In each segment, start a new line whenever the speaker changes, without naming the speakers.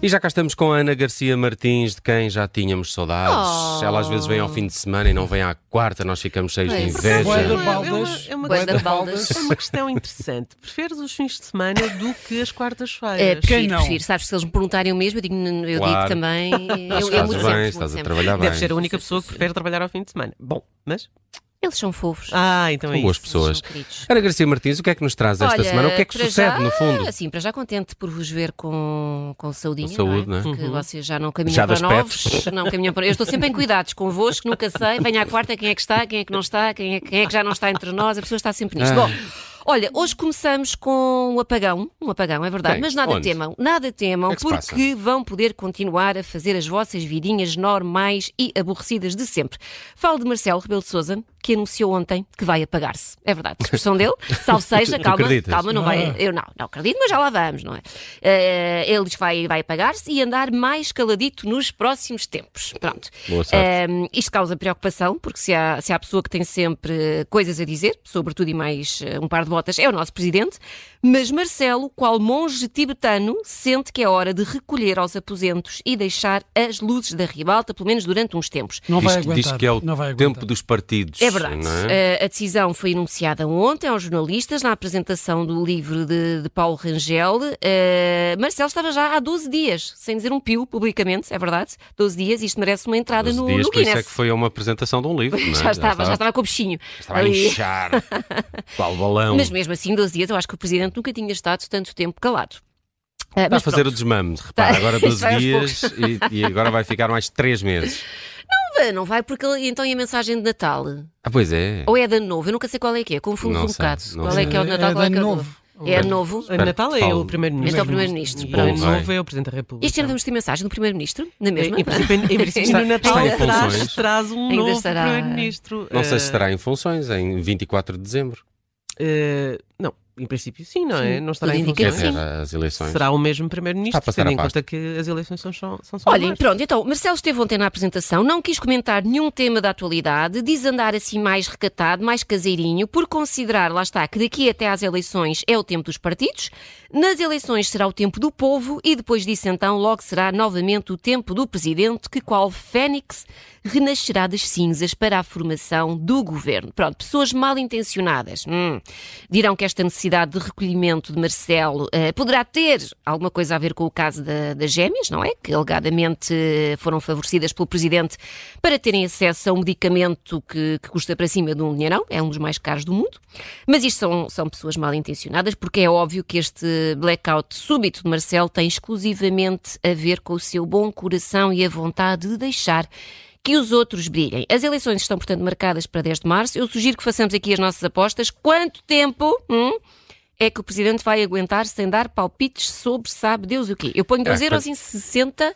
E já cá estamos com a Ana Garcia Martins, de quem já tínhamos saudades.
Oh.
Ela às vezes vem ao fim de semana e não vem à quarta, nós ficamos cheios de
Pois.
inveja.
Boa
Boeda
Sim.
baldas.
É uma- é uma-
bué
Boeda
de
baldas.
baldas.
É uma questão interessante. Preferes os fins de semana do que as quartas-feiras?
É,
Quem
prefiro,
não?
prefiro. Sabes, se eles me perguntarem o mesmo, eu digo, eu digo
Claro.
também.
Mas
Eu, eu
estás
muito
bem,
sempre, muito
estás a
sempre.
trabalhar bem.
Deve ser a única
Sim,
pessoa
sim,
que
sim.
prefere trabalhar ao fim de semana. Bom, mas.
Eles são fofos.
Ah, então é
São boas
isso.
pessoas.
São queridos.
Ana Garcia Martins, o que é que nos traz esta
Olha,
semana? O que é que
para
sucede,
já,
no fundo?
Assim, para já contente por vos ver com, com saudinha,
Com saúde,
não é?
né?
Porque vocês já não caminham
Já
para
das
novos. Não caminham para... Eu estou sempre em cuidados convosco, nunca sei. Venho à quarta, quem é que está, quem é que não está, quem é, quem é que já não está entre nós. A pessoa está sempre nisto.
Ah.
Bom, olha, hoje começamos com um apagão. Um apagão, é verdade.
Bem,
mas nada
onde?
temam, nada temam,
O que é que se passa?
porque vão poder continuar a fazer as vossas vidinhas normais e aborrecidas de sempre. Falo de Marcelo Rebelo de Souza, que anunciou ontem que vai apagar-se. É verdade, expressão dele. Salve seja,
Tu
calma,
acreditas?
calma, não vai. Eu não, não acredito, mas já lá vamos, não é? Eh, ele diz que vai, vai apagar-se e andar mais caladito nos próximos tempos. Pronto.
Boa sorte.
Ehm, isto causa preocupação, porque se há, se há pessoa que tem sempre eh, coisas a dizer, sobretudo e mais eh, um par de botas, é o nosso presidente. Mas Marcelo, qual monge tibetano, sente que é hora de recolher aos aposentos e deixar as luzes da ribalta, pelo menos durante uns tempos.
Não
diz,
vai
que-
aguentar.
diz que é o
não vai
tempo
aguentar.
dos partidos.
É verdade.
não é?
Eh, a decisão foi anunciada ontem aos jornalistas na apresentação do livro de, de Paulo Rangel. Eh, Marcelo estava já há 12 dias, sem dizer um pio publicamente, é verdade. 12 dias, isto merece uma entrada
12
no,
dias,
no
por isso
Guinness.
é que foi a uma apresentação de um livro. não é?
já, estava, já estava com o bichinho.
estava a
ali.
inchar. Qual balão.
Mas mesmo assim, 12 dias, eu acho que o presidente nunca tinha estado tanto tempo calado. Eh,
Está a
mas
fazer
pronto.
o desmame, repara, agora
Isto vai
12
aos
dias e, e agora vai ficar mais 3 meses.
Ah, Não vai, porque ele- então e a mensagem de Natal?
Ah, pois é.
Ou é de ano novo? Eu nunca sei qual é que é, confundo-me
Não
um
sei,
bocado.
não
Qual é
sei.
que é o de Natal?
É
qual é
de
que é o
ano
novo?
novo.
É ano novo?
A Natal é
Fale.
o Primeiro-Ministro.
Então, Primeiro-Ministro.
E ano
Bom, vai.
novo é o Presidente da República.
Este ano vamos ter mensagem do Primeiro-Ministro, na
Em-
mesma.
Em princípio, em- em princípio,
Está-
no
está
Natal
em funções.
traz, traz um
Ainda
novo
estará-
Primeiro-Ministro.
é-
Não sei
Eh,
se estará em funções em 24 de dezembro,
eh, não, em princípio sim, não é?
Sim,
Não estará
tudo
em
indica
quer
que
funções.
dizer, as eleições.
Será o mesmo
Está a
Primeiro-Ministro,
passar
tendo
a
em
pasta.
conta que as eleições são só, são só em
Olhem,
março.
pronto, então, Marcelo esteve ontem na apresentação, não quis comentar nenhum tema da atualidade, diz andar assim mais recatado, mais caseirinho, por considerar, lá está, que daqui até às eleições é o tempo dos partidos, nas eleições será o tempo do povo e depois disso então logo será novamente o tempo do presidente, que qual fênix renascerá das cinzas para a formação do governo. Pronto, pessoas mal intencionadas hum, dirão que esta necessidade de recolhimento de Marcelo eh, poderá ter alguma coisa a ver com o caso da- das gêmeas, não é? Que alegadamente eh, foram favorecidas pelo presidente para terem acesso a um medicamento que, que custa para cima de um dinheirão, é um dos mais caros do mundo. Mas isto são, são pessoas mal intencionadas, porque é óbvio que este blackout súbito de Marcelo tem exclusivamente a ver com o seu bom coração e a vontade de deixar que os outros brilhem. As eleições estão, portanto, marcadas para 10 de março. Eu sugiro que façamos aqui as nossas apostas. Quanto tempo hum, é que o Presidente vai aguentar sem dar palpites sobre sabe Deus o quê? Eu ponho 2
É,
euros em 60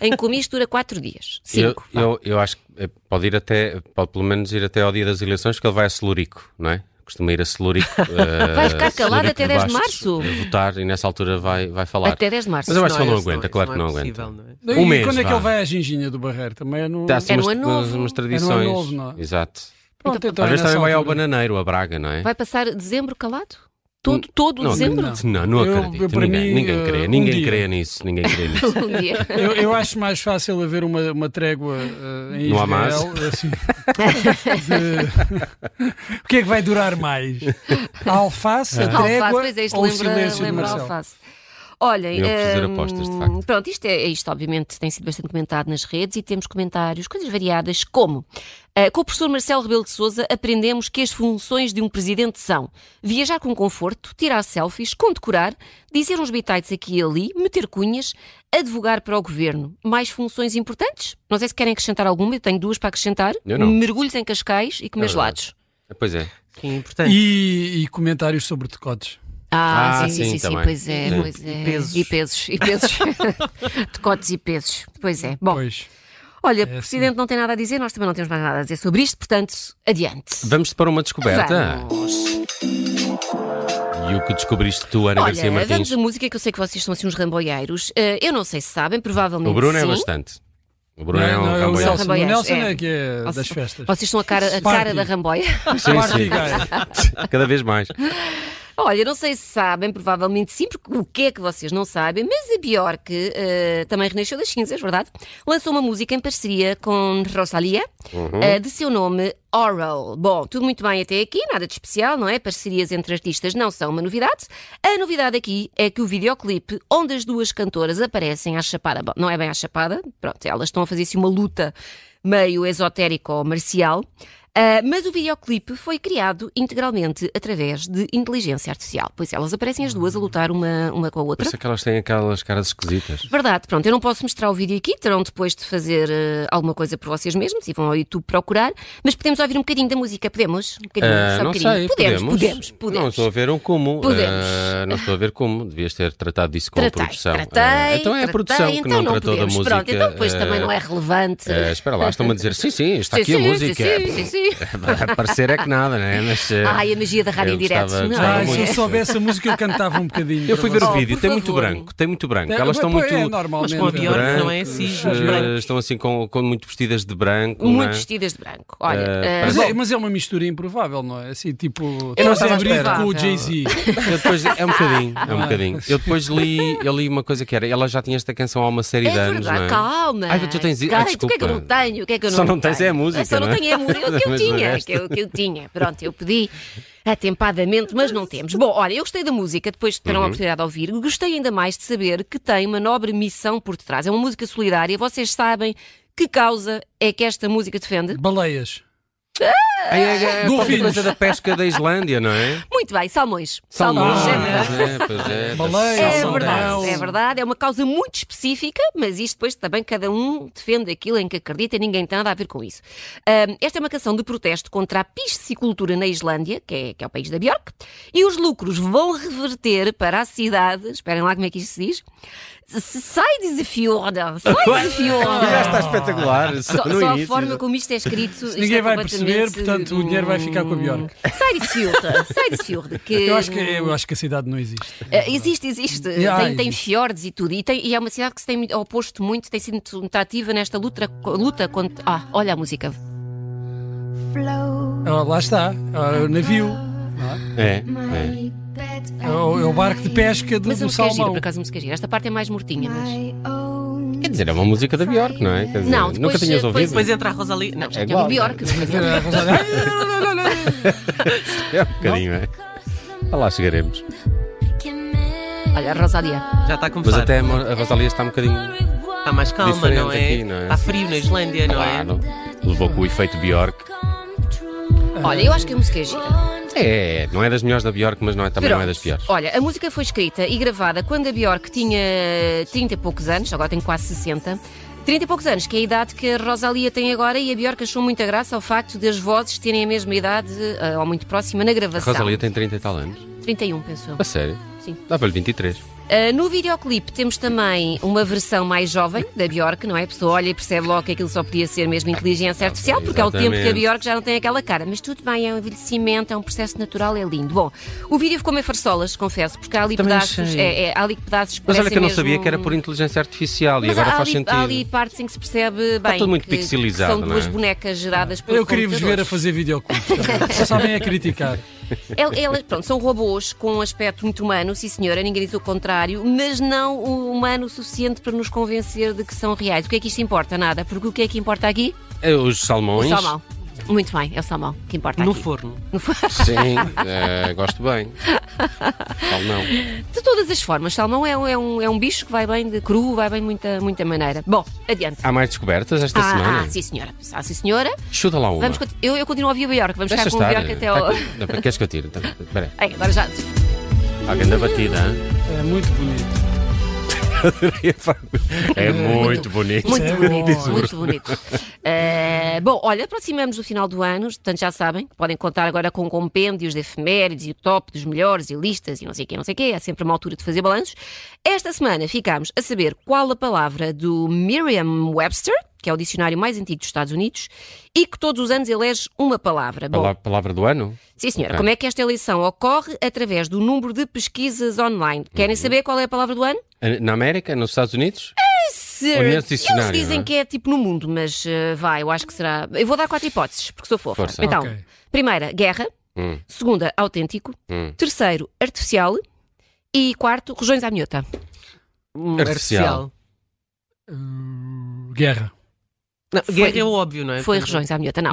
em que o misto dura 4 dias. 5.
Eu, eu, eu acho que eh, pode ir até, pode pelo menos ir até ao dia das eleições, porque ele vai a Celurico, não é? Costuma ir a Celurico. eh,
Vai ficar calado
Celurico
até
de
10 de
Bastos,
março?
eh, Votar e nessa altura vai, vai falar.
Até 10 de março.
Mas eu acho que ele não
isso
aguenta,
isso
claro que não
é
aguenta.
possível, não é?
Um
e
mês,
quando é que
vá. Tá
ele vai à ginginha do Barreiro? Também é no...
Dá-se
É no
umas,
ano novo.
umas- umas
é no
tradições.
ano novo, não é?
Exato.
Pronto, então
Às
é
vezes
nessa
também vai ao
altura.
bananeiro, a Braga, não é?
Vai passar dezembro calado? Todo, todo
não,
dezembro?
acredito. Não, não
Eu-
acredito.
eu, para
ninguém,
mim,
ninguém
eh,
crê,
um
ninguém
dia.
crê nisso, ninguém crê nisso.
Um dia.
Eu, eu acho mais fácil haver uma, uma trégua eh, em
No
Israel.
Hamas.
assim, de- o que é que vai durar mais? A alface, a trégua
alface, pois é, isto
ou o
lembra,
silêncio de
lembra
Marcelo?
alface. Olhem,
Eu preciso fazer
hum,
apostas, de facto.
pronto, isto, é, isto obviamente tem sido bastante comentado nas redes e temos comentários, coisas variadas, como ah, com o professor Marcelo Rebelo de Souza aprendemos que as funções de um presidente são viajar com conforto, tirar selfies, condecorar, dizer uns bitites aqui e ali, meter cunhas, advogar para o governo. Mais funções importantes? Não sei se querem acrescentar alguma, eu tenho duas para acrescentar.
Eu não.
Mergulhos em Cascais e comer
É verdade.
gelados.
Pois é.
Que é importante.
E, e comentários sobre decotes.
Ah,
Ah,
sim, sim,
sim,
sim,
também.
pois é,
Sim.
pois é.
E pesos.
E pesos, e pesos. Decotes e pesos, pois é. Bom,
Pois.
é,
olha, o
assim.
Presidente não tem nada a dizer, nós também não temos mais nada a dizer sobre isto, portanto, adiante.
Vamos para uma descoberta.
Vamos.
E o que descobriste tu, Ana Garcia
Olha,
Martins?
vamos a música que eu sei que vocês são assim uns ramboieiros. Eh, eu não sei se sabem, provavelmente
O Bruno é
sim.
bastante. O Bruno é um
não, é o
camboiano.
Nelson. O
Camboiano,
Nelson
é.
é que é
Vocês-
das festas.
Vocês são a cara, a cara
Party.
da ramboia.
Sim,
Party
sim.
guy.
Cada vez mais.
Olha, não sei se sabem, provavelmente sim, porque o que é que vocês não sabem, mas a Bjork eh, também renasceu das cinzas, verdade? Lançou uma música em parceria com Rosalia, eh, de seu nome Oral. Bom, tudo muito bem até aqui, nada de especial, não é? Parcerias entre artistas não são uma novidade. A novidade aqui é que o videoclipe, onde as duas cantoras aparecem à chapada, bom, não é bem à chapada, pronto, elas estão a fazer assim uma luta meio esotérico ou marcial, ah, mas o videoclipe foi criado integralmente através de inteligência artificial, pois elas aparecem as duas a lutar uma, uma com a
Por
outra.
isso é que elas têm aquelas caras esquisitas.
Verdade, pronto, eu não posso mostrar o vídeo aqui, terão depois de fazer eh, alguma coisa por vocês mesmos e vão ao YouTube procurar, mas podemos ouvir um bocadinho da música, podemos? Um bocadinho,
Ah,
só um
não
bocadinho.
sei,
podemos, podemos,
Não
podemos.
estou a ver um como.
Podemos.
Ah, não estou a ver como. Devias ter tratado disso com
Tratei,
a produção.
tratei,
Ah, então é a
tratei,
produção que
então
não, tratou
podemos.
da música.
Pronto, então depois também
ah,
não é relevante.
ah, espera lá, estão-me a dizer, sim, sim, está
Sim,
aqui a
sim,
música. é
sim, sim, sim, sim.
Parecer é que nada, né? Mas, eh,
Ai, a magia da rádio
eu
em direto.
gostava-
Não
gostava
é?
Ai, Ah, se eu
muito.
soubesse a música, eu cantava um bocadinho.
Eu fui
para
ver o
Oh,
vocês.
vídeo,
por
tem muito
favor.
branco, tem muito branco.
É,
Elas estão
pois
muito.
É, normalmente.
Mas com a Bjork
brancos,
não é assim,
eh,
os brancos.
estão assim com, com muito vestidas de branco.
Muito
não é?
vestidas de branco. Olha,
Eh,
eh,
Mas
Bom.
é, mas é uma mistura improvável, não é? Assim, tipo,
Eu não
José
estava à
Brito
espera.
com o Jay-Z.
Eu depois, é um bocadinho, é um bocadinho. Eu depois li, eu li uma coisa que era, ela já tinha esta canção há uma série
é
de anos,
verdade,
não é?
calma.
Ai, tu tens- ai,
Calma, tu o que
desculpa.
é que eu não tenho? O que é que eu não
Só não tens
tenho?
é a música,
Só não
não é?
tenho é a música o que eu
Mas o
tinha.
resto.
Que eu, que eu tinha. Pronto, eu pedi atempadamente, mas não temos. Bom, olha, eu gostei da música, depois terão
Uhum.
a oportunidade de ouvir. Gostei ainda mais de saber que tem uma nobre missão por detrás. É uma música solidária. Vocês sabem que causa é que esta música defende?
Baleias.
É, é, é, qualquer
Golfinhos.
coisa da pesca da Islândia, não é?
Muito bem, salmões.
Salmões,
é verdade.
pois é, pois é.
Baleias,
É
São
verdade,
Paulo.
é verdade, é uma causa muito específica, mas isto depois também cada um defende aquilo em que acredita e ninguém tem nada a ver com isso. Ahm, esta é uma canção de protesto contra a piscicultura na Islândia, que é, que é o país da Björk, e os lucros vão reverter para a cidade, esperem lá como é que isto se diz, sai desafio, sai
Já está
desafio.
espetacular.
Só,
Só, no
só a
início.
forma como isto é escrito. isto
Ninguém
é
vai perceber,
completamente,
portanto o dinheiro vai ficar com a
hum,
Bjork.
Sai de Fjord, sai de Fjord. Que...
Eu acho que, é eu acho que a cidade não existe.
Eh, Existe, existe.
Ah,
tem, tem
existe.
fiordes e tudo. E, tem- e é uma cidade que se tem muito- oposto muito, tem sido muito ativa nesta luta, luta contra. Ah, olha a música.
float
Ah, lá está, Ah, o navio. não
É, é.
my bed
É É o, é o barco de pesca do,
Mas a
do
música é gira,
salmão.
por acaso a música é gira. Esta parte é mais mortinha, mas.
my own
Quer dizer, é uma música da Bjork, não é? Quer dizer,
Não, depois-
nunca tinhas ouvido.
depois
Depois entra a Rosalie. Não,
Já
É
que é do
igual.
Bjork.
Ah, Rosário,
É um bocadinho, é. Ah, lá chegaremos.
Olha, a Rosalia.
já está a começar.
Mas até a Mo- tá a Rosalia está um bocadinho.
Está mais calma,
Diferente
não é?
aqui, não é?
Está frio na Islândia, não é?
Claro. Levou com o efeito Bjork.
Olha, eu acho que a música é gira.
É, não é das melhores da Bjork, mas não é, também não é das piores.
Olha, a música foi escrita e gravada quando a Bjork tinha 30 e poucos anos, agora tem quase 60. 30 e poucos anos, que é a idade que a Rosalia tem agora, e a Bjork achou muita graça ao facto das vozes terem a mesma idade, eh, ou muito próxima, na
A
gravação.
Rosalia tem 30 e tal anos.
31, penso eu.
A sério?
Sim.
Dá-lhe 23.
Uh, no videoclipe temos também uma versão mais jovem da Bjork, não é? A pessoa olha e percebe logo que aquilo só podia ser mesmo inteligência artificial, porque há o tempo que
Ah,
a
Exatamente.
Bjork já não tem aquela cara. Mas tudo bem, é um envelhecimento, é um processo natural, é lindo. Bom, o vídeo ficou meio farsolas, confesso, porque há ali
Também
pedaços.
achei.
É, é, há ali pedaços que
Mas olha que eu não
parecem
sabia
mesmo-
que era por inteligência artificial e
Mas
agora
há,
faz
ali,
sentido.
há ali partes em que se percebe bem.
tudo muito
que- que
pixelizado,
São
não
duas
é?
bonecas geradas por
Ah, Eu queria vos ver a
computadores.
fazer videoclipes. Só sabem a criticar.
El- Elas, pronto, são robôs com um aspecto muito humano, sim senhora, ninguém diz o contrário, mas não o humano o suficiente para nos convencer de que são reais. O que é que isto importa? Nada, porque o que é que importa aqui?
É, Os
O
salmões.
salmão. Muito bem, é o salmão que importa
No
aqui.
forno.
Sim, eh, gosto bem. Salmão.
De todas as formas, salmão é um, é um, é um bicho que vai bem de cru, vai bem de muita, muita maneira. Bom, adiante.
Há mais descobertas esta
Ah,
Ah, semana?
ah, sim senhora. Ah, sim senhora.
Chuta lá uma.
Vamos, conti- eu, eu continuo a ouvir o Bjork, vamos
Deixa
ficar com o
estar.
Bjork até
Tá
ao...
com- Não, Queres que eu tire? Então, Espera aí.
Ai, agora já...
Alguém da batida, hein?
É muito bonito.
É muito bonito.
Muito
É
bonito,
bom.
muito bonito. Eh, bom, olha, aproximamos do final do ano, portanto já sabem, que podem contar agora com compêndios de efemérides e o top dos melhores e listas e não sei o quê, não sei o quê, é sempre uma altura de fazer balanços. Esta semana ficámos a saber qual a palavra do Merriam-Webster, que é o dicionário mais antigo dos Estados Unidos, e que todos os anos elege uma palavra. Bom,
Pala- palavra do ano?
Sim, senhora.
Ok.
Como é que esta eleição ocorre? Através do número de pesquisas online. Querem saber qual é a palavra do ano?
Eh, Na América? Nos Estados Unidos?
Sir,
Ou nesse
eles
dicionário,
dizem
não é?
que é tipo no mundo, mas eh, vai, eu acho que será. Eu vou dar quatro hipóteses, porque sou fofa.
Força.
Então,
Ok.
primeira, guerra.
Hum.
Segunda, autêntico.
Hum.
Terceiro, artificial. E quarto, rojões à minhota.
Hum,
Artificial.
Hum, guerra.
Não,
Foi-
guerra é óbvio, não é?
Foi rojões à minhota, não.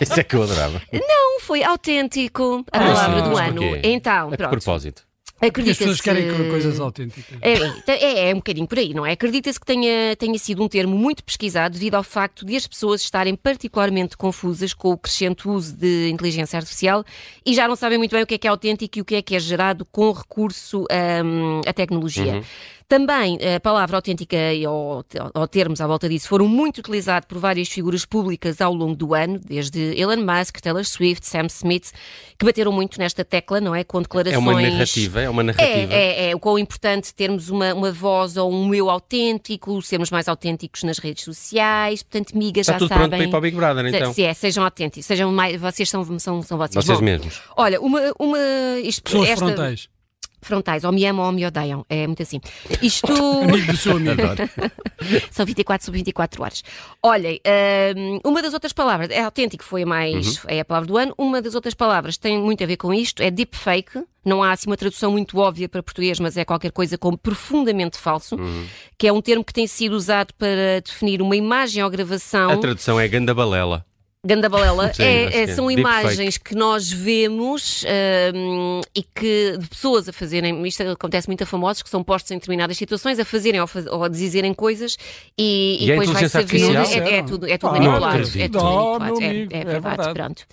Isso é que eu adorava.
Não foi autêntico a
Ah,
palavra
sim.
do
Mas
ano.
porquê?
Então,
A que
pronto.
É propósito?
Porque as pessoas
Acredita-se.
querem co- coisas autênticas.
É, é, é um bocadinho por aí, não é? Acredita-se que tenha, tenha sido um termo muito pesquisado devido ao facto de as pessoas estarem particularmente confusas com o crescente uso de inteligência artificial e já não sabem muito bem o que é que é autêntico e o que é que é gerado com recurso hum, à tecnologia.
Uhum.
Também a palavra autêntica e ou, ou termos à volta disso foram muito utilizados por várias figuras públicas ao longo do ano, desde Elon Musk, Taylor Swift, Sam Smith, que bateram muito nesta tecla, não é? Com declarações.
É uma narrativa, é uma narrativa.
É, é, é. O quão importante termos uma, uma voz ou um eu autêntico, sermos mais autênticos nas redes sociais. Portanto, migas
Está
já
Tá tudo
sabem.
pronto para ir para o Big Brother, então.
Se é, sejam autênticos, sejam mais, vocês são, são, são vocês.
Vocês
Bom,
mesmos.
Olha, uma. uma isto-
Pessoas
esta-
frontais.
Frontais, ou me amam ou me odeiam. É muito assim. Isto.
Amigo do seu amigo.
São 24 sobre 24 horas. Olhem, hum, uma das outras palavras, é autêntico, foi a mais, é a palavra do ano. Uma das outras palavras tem muito a ver com isto, é deepfake. Não há assim uma tradução muito óbvia para português, mas é qualquer coisa como profundamente falso, que é um termo que tem sido usado para definir uma imagem ou gravação.
A tradução é ganda balela.
Gandabalela
Sim, acho
é- é-
que é.
são
Deepfake.
imagens que nós vemos hum, e que de pessoas a fazerem, isto acontece muito a famosos que são postos em determinadas situações a fazerem ou, faz- ou a dizerem coisas e,
E a
depois vai
inteligência
saber.
artificial?
É, é tudo, é tudo
Ah,
manipulado. É
acredito.
tudo
Não,
manipulado.
meu
É,
amigo,
é
é
verdade,
verdade.
pronto.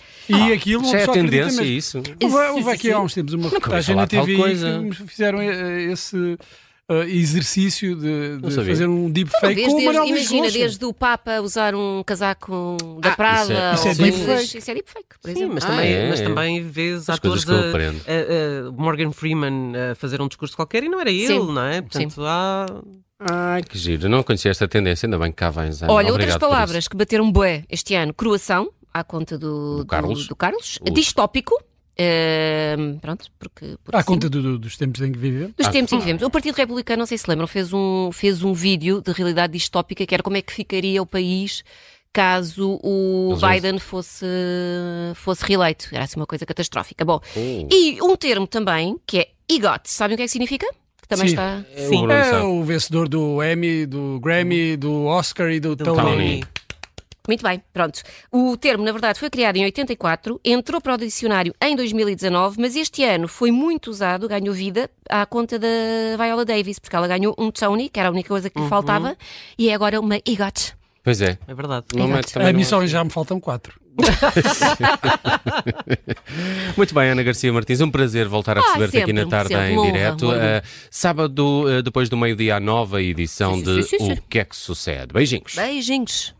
E aquilo uma
Já é
pessoa acredita
tendência
mesmo.
isso.
Houve,
Sim,
houve
sim,
aqui
sim.
há uns tempos é um uma reportagem
falar
na
de tal
TV
coisa.
que nos fizeram eh, esse eh, exercício de, de
sabia.
fazer um deepfake
Desde-
com o Manuel Luís
imagina,
Rocha.
desde o Papa usar um casaco da Prada
Ah, isso
é
ou
deepfake.
coisas. Isso é deepfake, por
Sim,
exemplo.
mas,
Ah,
também,
é?
mas também vês
As coisas
atores
que
eh,
eu
a,
aprendo.
a- a Morgan Freeman a fazer um discurso qualquer e não era
Sim.
ele, não é? Portanto, há.
Ai, que giro. Não conhecia esta tendência, ainda bem que cá vens. Ana.
Olha,
Obrigado
outras
por
palavras que bateram bué este ano: croação, à conta do,
Do Carlos.
do Carlos.
Ui.
distópico, ehm, pronto, porque. porque
À
sim.
conta do- do- dos tempos em que vivemos.
Dos
Ah,
tempos em que
ah.
vivemos. O Partido Republicano, não sei se lembram, fez um, fez um vídeo de realidade distópica que era como é que ficaria o país caso o
Eles não-
Biden fosse, fosse reeleito. Era assim uma coisa catastrófica. Bom,
isso.
e um termo também que é EGOT. Sabem o que é que significa? Que também
Sim.
está.
É,
Sim.
o Bruno
É
sabe.
o vencedor do Emmy, do Grammy, do Oscar e do,
do
Tony.
Tony.
Muito bem, pronto. O termo, na verdade, foi criado em 84, entrou para o dicionário em 2019, mas este ano foi muito usado, ganhou vida, à conta da Viola Davis, porque ela ganhou um Tony, que era a única coisa que lhe faltava, e é agora uma EGOT.
Pois é.
É verdade.
Não
Exato.
mete também
A
não-
missão já me faltam quatro.
Muito bem, Ana Garcia Martins, um prazer voltar a
Ah,
receber-te aqui
sempre,
na tarde
sempre,
em
uma honra,
direto.
um orgulho.
Ah, sábado, ah, depois do meio-dia, a nova edição
Sim, sim,
de é
sim, sim, sim.
O que é que sucede. Beijinhos.
Beijinhos.